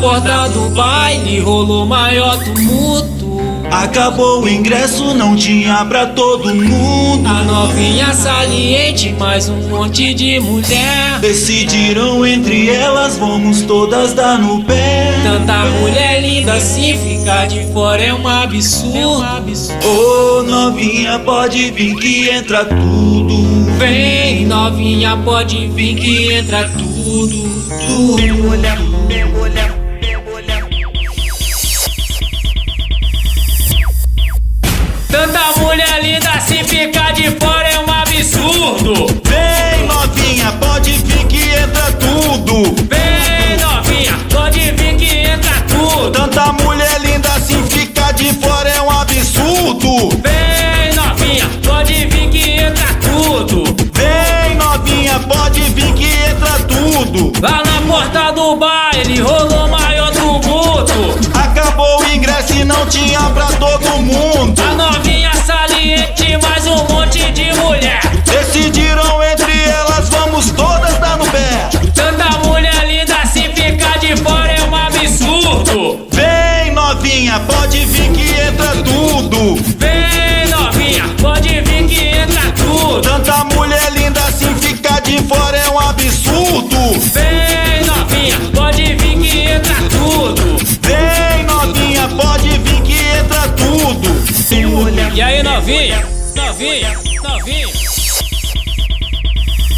porta do baile rolou maior tumulto. Acabou o ingresso, não tinha pra todo mundo. A novinha saliente, mais um monte de mulher. Decidiram entre elas, vamos todas dar no pé. Tanta mulher linda assim, ficar de fora é um absurdo. Ô novinha, pode vir que entra tudo. Vem, novinha, pode vir que entra tudo. tudo. Tanta mulher linda se ficar de fora é um absurdo. Vem novinha, pode vir que entra tudo. Vem, novinha, pode vir que entra tudo. Tanta mulher linda assim ficar de fora é um absurdo. Vem, novinha, pode vir que entra tudo. Vem novinha, pode vir que entra tudo. Lá na porta do baile rolou maior tumulto. Acabou o ingresso e não tinha pra todo mundo. A novinha saliente, mais um monte de mulher. Decidiram entre elas, vamos todas dar no pé. Tanta mulher linda se ficar de fora é um absurdo. Vem novinha, pode vir que entra tudo. Vem, novinha, pode vir que entra tudo. Tanta mulher linda assim ficar de fora é um absurdo. Vem, novinha, pode vir que entra tudo. Vem novinha, pode vir que entra tudo. um E aí, novinha? Novinha, novinha.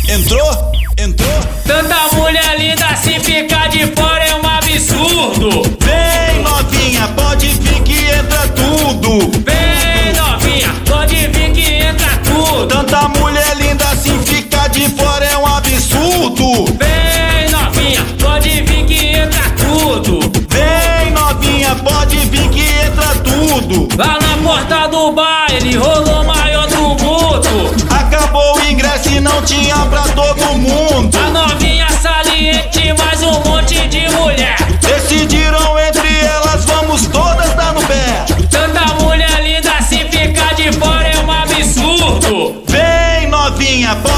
Entrou? Entrou? Tanta mulher linda se ficar de fora é um absurdo. Vem novinha, pode vir que entra tudo. Vem, novinha, pode vir que entra tudo. Tanta mulher linda assim ficar de fora é um absurdo. Vem, novinha, pode vir que entra tudo. Vem novinha, pode vir que entra tudo. Lá na porta do baile rolou maior tumulto. Acabou o ingresso e não tinha pra todo mundo. A novinha saliente, mais um monte de mulher. Decidiram entre elas, vamos todas dar no pé. Tanta mulher linda se ficar de fora é um absurdo. Vem novinha, pode assim, é um